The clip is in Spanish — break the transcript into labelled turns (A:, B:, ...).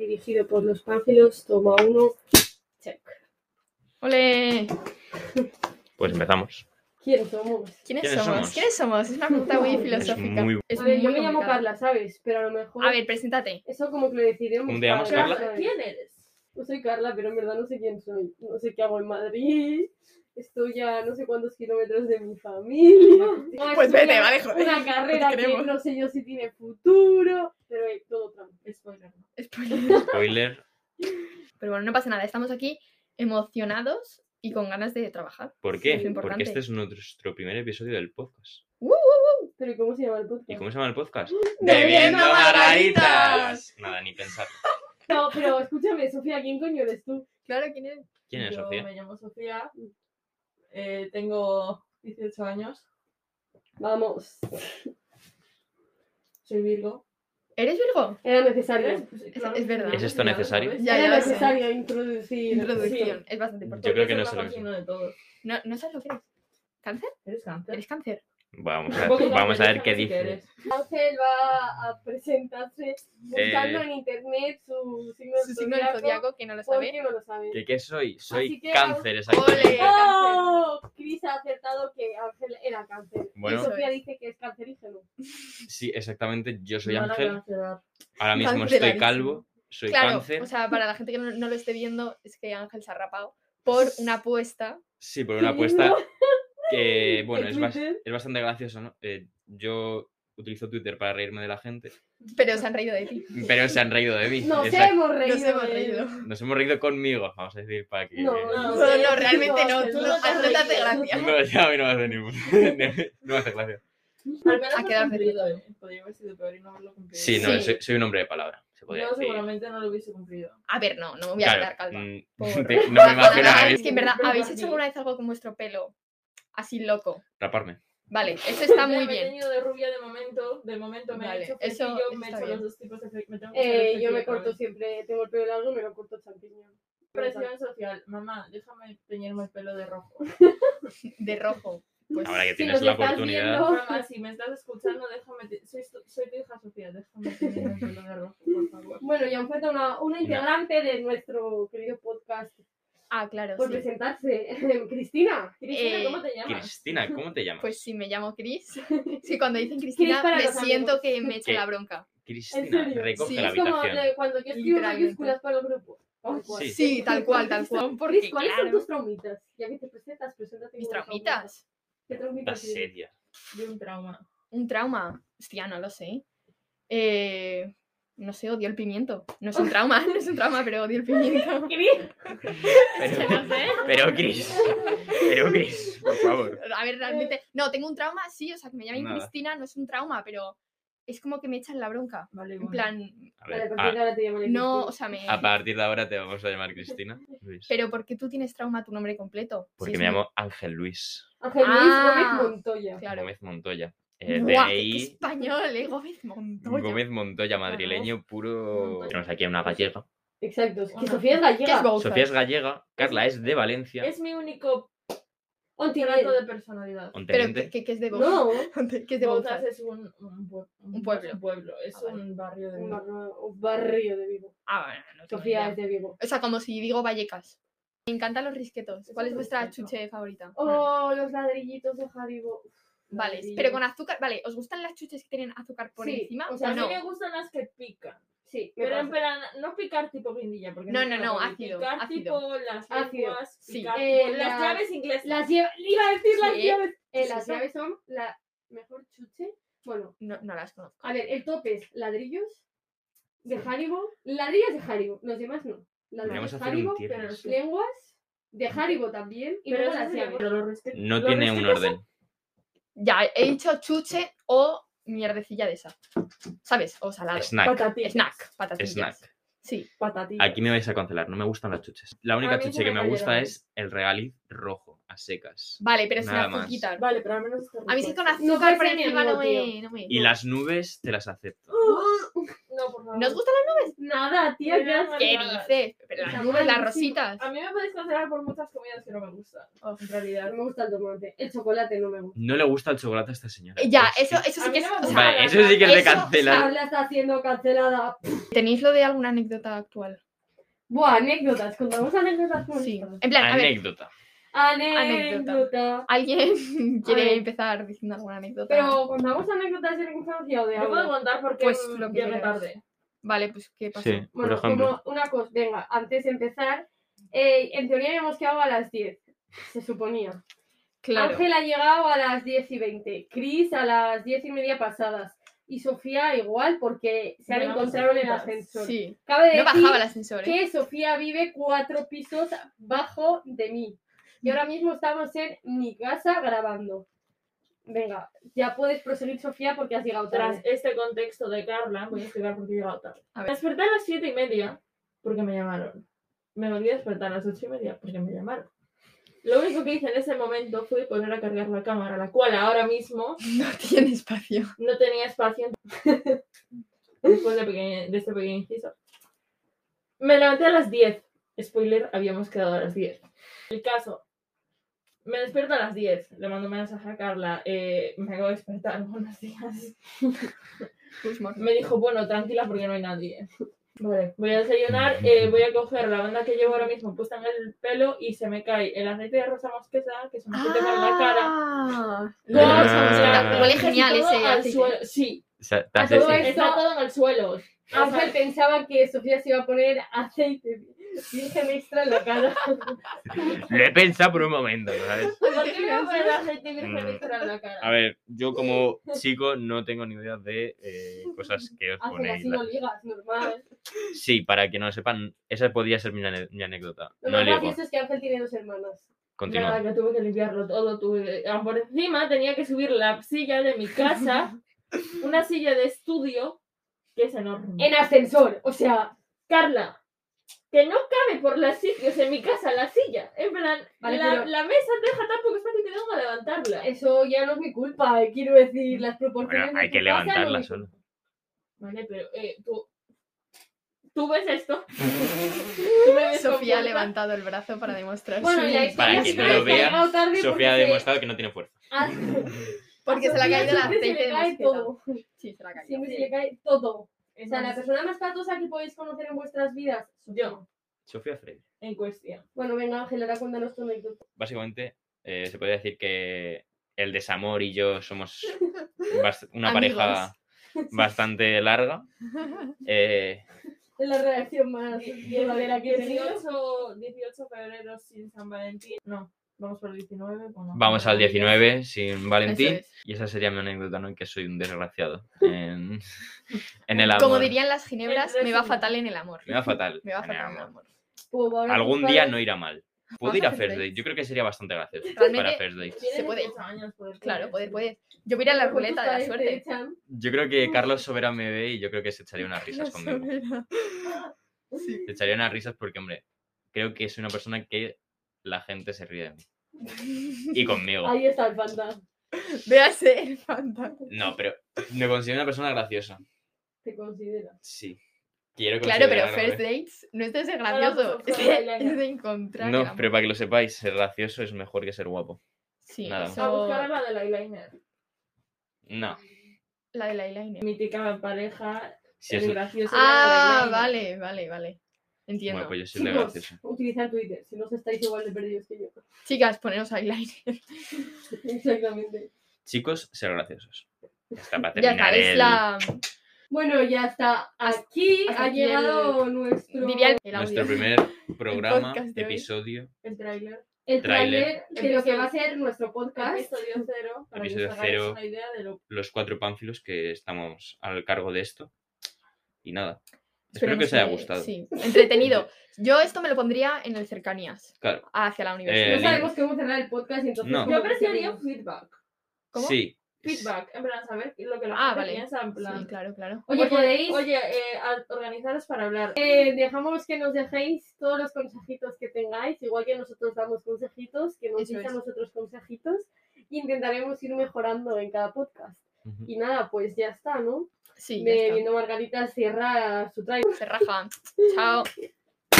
A: dirigido por los pánfilos, toma uno, check.
B: ¡Ole!
C: Pues empezamos.
A: ¿Quiénes somos?
B: ¿Quines,
C: ¿Quiénes
B: somos?
C: somos?
B: ¿Quiénes somos? Es una pregunta muy filosófica.
C: muy-
B: Es
A: a ver, yo
B: muy
A: me llamo
B: complicado.
A: Carla, ¿sabes? Pero a lo mejor...
B: A ver, preséntate.
A: Eso como que lo decidimos.
C: ¿Cómo te llamas, Carla?
D: ¿Quién eres?
A: Yo soy Carla, pero en verdad no sé quién soy. No sé qué hago en Madrid. Estoy a no sé cuántos kilómetros de mi familia.
B: Pues
A: Estudié
B: vete, vale, joder.
A: Una carrera
B: No te
A: que
B: queremos.
A: no sé yo si tiene futuro. Pero eh, todo trampa.
D: Spoiler. ¿no?
B: Spoiler.
C: Spoiler,
B: Pero bueno, no pasa nada. Estamos aquí emocionados y con ganas de trabajar.
C: ¿por
B: Es
C: qué?
B: importante.
C: Porque este es nuestro primer episodio del podcast.
A: Pero ¿y ¿cómo se llama el podcast?
C: ¿Y cómo se llama el podcast?
B: ¡Bebiendo margaritas!
C: Nada, ni pensar.
A: No, pero escúchame, Sofía, ¿quién coño eres tú?
B: Claro, ¿quién es?
C: ¿Quién es
D: Yo
C: Sofía?
D: Me llamo Sofía. eh, tengo 18 años.
A: Vamos.
D: Soy Virgo.
B: ¿Eres Virgo?
A: Era necesario.
D: Pues,
B: es verdad. ¿Es
C: esto necesario?
B: Ya,
A: Era
B: ya lo sé.
A: necesario introducir.
B: Introducción.
A: Sí.
B: Es bastante importante.
C: Yo creo que no sé
D: es
C: lo
D: la
C: que
D: más signo de todos.
B: No, no sabes lo que eres. ¿Cáncer?
D: ¿Eres cáncer?
B: ¿Eres cáncer?
C: Vamos
D: Un
C: a,
D: poco
C: vamos a ver
D: cancerosa
C: qué
D: sí que
C: dice.
D: eres.
A: Ángel va a presentarse buscando
C: Eh,
A: en internet su signo
B: Su signo del
A: zodiaco,
B: zodiaco, que no lo
A: ¿Por
B: sabe.
A: qué no lo sabe?
C: ¿Qué, qué soy? Soy
A: Así que-
C: cáncer,
B: ¡Ole!
C: exactamente.
A: ¡Oh! Cris ha acertado que Ángel era cáncer.
C: Bueno.
A: y Sofía dice que es cancerígeno.
C: Sí, exactamente, yo soy
D: Me van a
C: Ángel.
D: cancelar.
C: Ahora mismo estoy
B: Cancelarísimo.
C: calvo, soy
B: Claro,
C: cáncer.
B: o sea, para la gente que no, no lo esté viendo, es que Ángel se ha rapado por una apuesta.
C: Sí, por una
A: Qué
C: apuesta
A: lindo.
C: que, bueno,
A: En
C: es, bas-
A: Twitter.
C: es bastante gracioso, ¿no? Eh, yo utilizo Twitter para reírme de la gente,
B: Pero se han reído de ti.
C: pero se han reído de mí.
A: Nos
C: Exacto.
A: hemos reído.
B: Nos hemos
A: de él.
B: reído.
C: Nos hemos reído conmigo, vamos a decir, para que...
A: No,
D: No,
A: no,
B: No, no, realmente no.
A: Ángel,
B: Tú
D: no
B: no,
D: te
B: a ti no te hace
D: rías.
B: gracia.
C: No, ya a mí no me hace ningún... no me hace gracia.
D: Al menos
B: A
D: lo he
B: quedar
D: cumplido, eh. Podría haber sido peor y no haberlo cumplido.
C: Sí, no,
B: Sí.
C: Soy, soy un hombre de palabra, se podría
D: Yo
C: decir.
D: seguramente no lo hubiese cumplido.
B: A ver, no, no me voy a
C: Claro,
B: quedar calva.
C: mm,
B: Por-
C: te- no me
B: Para
C: imagino
B: nada,
C: a mí
B: es que en verdad,
D: Por
B: ¿habéis
D: mí.
B: hecho alguna vez algo con vuestro pelo? Así loco.
C: raparme.
B: Vale, eso está muy
D: Yo me he
B: bien.
D: teñido de rubia de momento, de momento me
B: Vale,
D: he hecho
B: eso
D: flequillo, me he
B: está
D: hecho
B: bien.
D: los dos tipos de fle- me tengo que hacer
A: Eh, yo me
D: el flequillo otra
A: corto
D: vez.
A: siempre, tengo el pelo largo, me lo corto champiñón.
D: Presión social, mamá, déjame teñirme el pelo de rojo.
B: De rojo. Pues,
C: Ahora que
A: si
C: tienes
A: nos
C: la
A: estás
C: oportunidad...
A: viendo-
D: Mamá, si me estás escuchando, déjame, te- soy, tu- soy tu hija Sofía, déjame teñirme el pelo de rojo, por favor.
A: Bueno, y aún falta una, una
C: Mira.
A: integrante de nuestro querido podcast
B: ah, claro,
A: por
B: sí.
A: presentarse. Cristina.
D: Cristina,
B: Eh,
D: ¿cómo te llamas?
C: Cristina, ¿cómo te llamas?
B: Pues sí, me llamo Cris. Sí, cuando dicen Cristina,
A: para
B: me
A: los
B: siento
A: amigos.
B: que me echa
C: ¿Qué?
B: la bronca.
C: Cristina,
A: serio?
C: recoge
B: Sí,
C: la
A: es como
C: habitación.
A: de cuando yo escribo
B: Literalmente.
A: mayúsculas para el grupo. Tal cual.
C: Sí.
B: Sí, tal cual, tal cual. Porque,
A: Cris, ¿cuáles son
B: claro,
A: tus traumitas? Ya que te presentas, preséntate.
B: mis
A: como una
B: traumitas.
A: traumita. ¿Qué
C: Está
A: traumitas tienes?
C: seria.
D: De un trauma.
B: Un trauma. Hostia, no lo sé. Eh, no sé, odio el pimiento. No es un trauma, no es un trauma, pero odio el pimiento.
A: Cris,
C: Pero,
B: No sé.
C: pero Cris, pero Cris, por favor.
B: A ver, realmente. No, tengo un trauma, sí, o sea, que me llamen
C: Eh. Nada.
B: Cristina no es un trauma, pero es como que me echan la bronca.
D: Vale,
B: En
D: bueno.
B: plan,
C: A
A: Vale, a
C: ver, ah.
A: partir de
C: a,
A: ahora te llamaré
B: no, o
A: Cristina.
B: sea, me.
C: a partir de ahora te vamos a llamar Cristina. Luis.
B: Pero ¿por qué tú tienes trauma tu nombre completo? Si
C: Porque
B: es
C: me
B: mi-
C: llamo Ángel Luis
A: Ángel Luis
B: Ah.
A: Gómez Montoya.
B: Claro.
C: Gómez Montoya. Eh,
B: Buah, qué- qué
C: DNI
B: español, ¿eh? Gómez Montoya.
C: Gómez Montoya, madrileño puro.
D: Montoya.
C: Tenemos aquí a una gallega.
A: Exacto. es que
D: Hola.
A: Sofía es
B: ¿Qué es
A: gallega.
B: Bowser?
C: Sofía es gallega, Carla es de Valencia.
D: Es mi único
A: Ontinyent.
D: trato de personalidad.
B: Pero ¿qué,
C: Onteniente.
B: qué- qué es de Bowser?
A: No.
B: ¿Qué es de Bowser?
D: Botas es un, un, pue-
B: Un pueblo.
D: un pueblo, es
B: Ah, vale.
D: un barrio de
A: Un
D: Vigo.
A: barrio- un barrio de Vigo.
B: Ah, bueno, no tengo
A: Sofía
B: idea.
A: es de Vigo.
B: O sea, como si digo Vallecas. Me encantan los risquetos.
D: Es
B: ¿Cuál
D: un
B: es vuestra
D: risqueto.
B: chuche favorita?
A: Oh, los ladrillitos de Haribo. Uf,
B: Vale,
A: ladrillos.
B: pero con azúcar. Vale, ¿os gustan las chuches que tienen azúcar por
A: Sí,
B: encima?
A: o
D: A
A: sea,
B: ¿O
D: mí
B: no?
D: me gustan las que pican.
A: Sí, me
D: Pero en
A: pasa.
D: plan, no picar tipo guindilla, porque
B: No, no,
D: me
B: no,
D: gusta,
B: ácido,
D: Picar
B: ácido.
D: tipo las
A: Ácido,
D: lenguas,
B: sí.
D: picar
A: Eh,
D: tipo- las
A: las-
D: llaves inglesas.
A: Las llaves, iba a decir las
B: Sí.
A: llaves. Eh,
B: Sí,
A: las
B: sí.
A: llaves son la mejor chuche. Bueno,
B: No, no las conozco.
A: a ver, el top es ladrillos de Haribo. Ladrillos de Haribo, los demás no. Ladrillos
C: Podríamos
A: de
C: hacer un
A: Haribo,
C: tier
D: pero
C: list.
A: lenguas de Haribo también y
D: pero
A: luego
D: esas
A: las
D: serían-
A: llaves.
D: pero los respetos-
C: No
D: los
C: tiene un
D: respetos son-
C: orden.
B: Ya, he dicho chuche o mierdecilla de esa. ¿Sabes? O salado.
C: Snack.
D: Patatillas.
B: Snack, patatillas.
C: Snack.
B: pues, Sí.
D: Patatillas.
C: Aquí me vais a cancelar, no me gustan las chuches. La
D: A
C: única
D: mí se
C: chuche que
D: me
C: me gusta
D: cayeron.
C: es el regaliz rojo, a secas.
B: Vale, pero sin
C: Nada más.
B: azúcar.
D: Vale, pero al menos está
B: A mí sí
D: rico.
B: con
A: No parece
B: azúcar por
A: mi
B: encima
A: amigo,
B: no me, no me.
C: Y las nubes te las acepto.
D: Uh, No, por favor.
B: ¿No os gustan
A: Nada, tía,
D: Pero
A: ya
D: no
B: las? ¿Qué
D: Nada.
B: dices? pero las
D: Jamás,
B: nubes, las
D: sí. pues,
B: rositas.
D: A mí me podéis cancelar por muchas comidas que no me gustan. En realidad.
A: No me gusta el tomate. El chocolate no me gusta.
C: No le gusta el chocolate a esta señora.
B: Eh, Ya,
C: Es
B: eso,
C: que-
B: eso
D: A
B: sí
D: mí
B: que es.
D: no me
B: o
D: gusta
B: sea,
D: la
C: Pues Vale, eso sí que es de
B: eso-
C: cancelar.
A: Paula está siendo cancelada.
B: ¿Tenéis lo de alguna anécdota actual?
A: Buah, anécdotas. Contamos anécdotas. con
B: Sí.
A: esto.
B: En plan, a ver,
C: Anécdota.
A: Anécdota.
B: ¿alguien
A: A
B: quiere
A: ver.
B: empezar diciendo alguna anécdota?
A: Pero contamos anécdotas de la infancia o de
D: Yo puedo
A: algo.
D: contar porque
B: Pues lo que
D: llegué
B: quieras.
D: tarde.
B: Vale, pues ¿qué pasó?
C: Sí, por
A: Bueno,
C: ejemplo.
A: como una cosa, venga, antes de empezar, eh, en teoría habíamos quedado a las 10, se suponía.
B: Claro.
A: Ángel ha llegado a las 10 y 20, Cris a las 10 y media pasadas y Sofía igual porque se han
D: Llegamos
A: encontrado en el
D: juntas.
A: ascensor.
B: Sí.
A: Cabe
B: No
A: decir
B: bajaba el ascensor, ¿eh?
A: que Sofía vive cuatro pisos bajo de mí y ahora mismo estamos en mi casa grabando. Venga, ya puedes proseguir Sofía porque has llegado
D: Tras
A: tarde.
D: este contexto de Carla, voy a explicar por qué he llegado tarde.
B: A
D: Me
B: ver.
D: desperté a las siete y media porque me llamaron. Me volví a despertar a las ocho y media porque me llamaron. Lo único que hice en ese momento fue poner a cargar la cámara, la cual ahora mismo
B: No tiene espacio.
D: no tenía espacio después de, peque- de este pequeño inciso. Me levanté a las 10. Spoiler, habíamos quedado a las 10. El caso. Me despierto a las 10. Le mando un mensaje a Carla. eh, me acabo de despertar. Buenos días.
B: Pues, mor-
D: Me dijo, bueno, tranquila porque no hay nadie. Vale, voy a desayunar. eh, voy a coger la banda que llevo ahora mismo puesta en el pelo y se me cae el aceite de rosa mosqueta que se me quita por la cara.
B: Ah.
D: Luego
C: Ah.
D: se me queda
C: Huele
D: casi
B: genial
D: todo
B: ese
D: al
B: aceite.
D: suelo. Sí,
C: O sea, te
A: A
C: hace-
A: todo
C: sí.
A: esto-
D: Está todo Ah, en el suelo.
A: Ángel pensaba que Sofía se iba a poner aceite virgen extra en la cara.
C: Lo he pensado por un momento, ¿sabes?
D: ¿Por qué me voy a poner aceite
C: Mm.
D: virgen extra en la
C: A
D: cara?
C: ver, yo como chico no tengo ni idea de eh, cosas que os
A: Ángel,
C: ponéis.
A: así no ligas, normal.
C: Sí, para que no lo sepan, esa podría ser mi, ane- mi anécdota.
A: Lo
C: No
A: más
C: ligo.
A: gracioso es que Ángel tiene dos hermanas.
C: Continúa.
D: Nada, que tuve que limpiarlo todo. Tuve... ah, Por encima tenía que subir la silla de mi casa, una silla de estudio, que es
B: Mm.
D: enorme.
A: En ascensor, o sea,
D: Carla, que no cabe por los sitios en mi casa la silla. En plan,
A: Vale,
D: la,
A: pero- Eh,
D: la mesa deja tan poco espacio que tengo que levantarla.
A: eso ya no es mi culpa, eh, quiero
B: Mm.
A: decir, las proporciones.
C: Bueno,
A: de
C: hay
A: tu
C: que
A: casa no
C: levantarla
A: me-
C: solo.
D: Vale, pero eh, tú... ¿Tú ves esto? Tú me ves con
B: Sofía ha
D: fuerza.
B: levantado el brazo para demostrar
A: Bueno,
B: su-
A: y la
C: Para
A: historia
C: que
A: se
C: no
A: ha
C: lo vea,
A: llegado tarde porque
C: Sofía ha
A: se-
C: demostrado que no tiene fuerza.
A: a-
B: Porque
A: a
B: se le ha
A: Sofía
B: caído el
A: siempre
B: aceite
A: se
B: de
A: le cae
B: mosqueta.
A: todo.
B: Sí, se la ha caído.
A: Siempre se
D: Sí.
A: le cae todo. O sea, la
D: Entonces,
A: persona más patosa que podéis conocer en vuestras vidas.
D: Yo,
C: Sofía Freire.
D: en cuestión.
A: Bueno, venga, Ángel, ahora cuéntanos tu anécdota.
C: Básicamente, eh, se podría decir que el desamor y yo somos bast- una
B: Amigos.
C: pareja bastante larga. Eh,
A: Es la reacción más verdadera que he tenido.
D: 18, 18 febrero sin San Valentín. No, vamos por el 19. o no?
C: vamos al 19 sin Valentín.
B: Eso es.
C: Y esa sería mi anécdota, ¿no? Que soy un desgraciado en, en el amor.
B: Como dirían las ginebras,
D: El
B: me va
D: resumen.
B: fatal en el amor.
C: Me va fatal.
B: Me va
C: en el
B: fatal en el amor.
C: amor.
A: Pues ahora
C: Algún
A: tus
C: día
A: padres-
C: no ir a mal.
B: Vamos
C: Puedo ir
B: a
C: a
B: hacer
C: First
B: dates.
C: Date. Yo creo que sería bastante gracioso
B: Realmente-
C: para First Date.
D: Tienes
B: Se puede.
D: 18 años, poder
B: Claro,
D: tener.
B: puede, puede. Yo voy a ir a la
A: Pues tus
B: ruleta de la
A: padres te
B: suerte.
A: echan.
C: Yo creo que Carlos Sobera me ve y yo creo que se echaría unas risas conmigo. Se echaría unas risas porque, hombre, creo que soy una persona que la gente se ríe de mí. Y conmigo.
A: Ahí está el fantasma.
B: Véase el fantasma.
C: No, pero me considero una persona graciosa.
A: Te considera.
C: Sí. Quiero ¿eh?
B: Claro, pero
C: considerarme.
B: first dates no pues, es de ser
D: Ahora
B: gracioso.
D: vamos a
B: Es
D: buscar
B: de,
D: bailarina.
B: es de encontrar. el
C: No,
B: amor.
C: pero para que lo sepáis, ser gracioso es mejor que ser guapo.
B: Sí,
C: nada.
D: A
B: eso-
D: buscar a la del eyeliner.
C: No.
B: la del eyeliner.
D: Mítica pareja,
C: Si es...
D: el gracioso.
B: Ah, vale, vale, vale. Entiendo.
C: Bueno, pues yo soy el
A: Chicos,
C: gracioso.
A: Utilizar Twitter, si no os estáis igual de perdidos que yo.
B: Chicas, poneros eyeliner.
A: Exactamente.
C: Chicos, ser graciosos. Ya está, para
B: Ya está,
C: terminar
B: es
C: el...
B: la.
A: Bueno, ya está. Aquí
B: hasta
A: ha
B: aquí el-
A: llegado nuestro
B: Diría el, el audio.
C: Nuestro primer programa,
B: podcast de hoy.
C: episodio.
D: El trailer.
A: el tráiler
C: tráiler.
A: de lo que va a ser nuestro
B: Ah,
A: podcast.
D: Episodio cero. Para
C: Episodio
D: que os hagáis
C: cero.
D: una idea de lo
C: los cuatro pánfilos que estamos al cargo de esto. Y nada. Espero
B: Esperemos
C: que os haya gustado.
B: Sí, entretenido. Yo esto me lo pondría en el cercanías,
C: Claro.
B: hacia la
C: Eh,
B: universidad.
A: No
C: el-
A: sabemos cómo cerrar el podcast, entonces.
C: No.
A: ¿cómo
D: Yo apreciaría
A: cerramos?
D: feedback.
B: ¿Cómo?
C: Sí.
D: Feedback, en plan, saber lo que la
B: Ah,
D: gente
B: vale.
D: piensa, en plan.
B: Sí, claro, claro.
A: Oye, podéis.
D: Oye, eh, a- organizaros para hablar.
A: eh, dejamos que nos dejéis todos los consejitos que tengáis, igual que nosotros damos consejitos, que nos
B: Eso
A: deis a
B: es.
A: nosotros consejitos. Intentaremos ir mejorando en cada podcast.
C: Ujú.
A: Y nada, pues ya está, ¿no?
B: Sí, ya
A: Me
B: está.
A: viendo Margarita cierra su trailer.
B: se raja. Chao.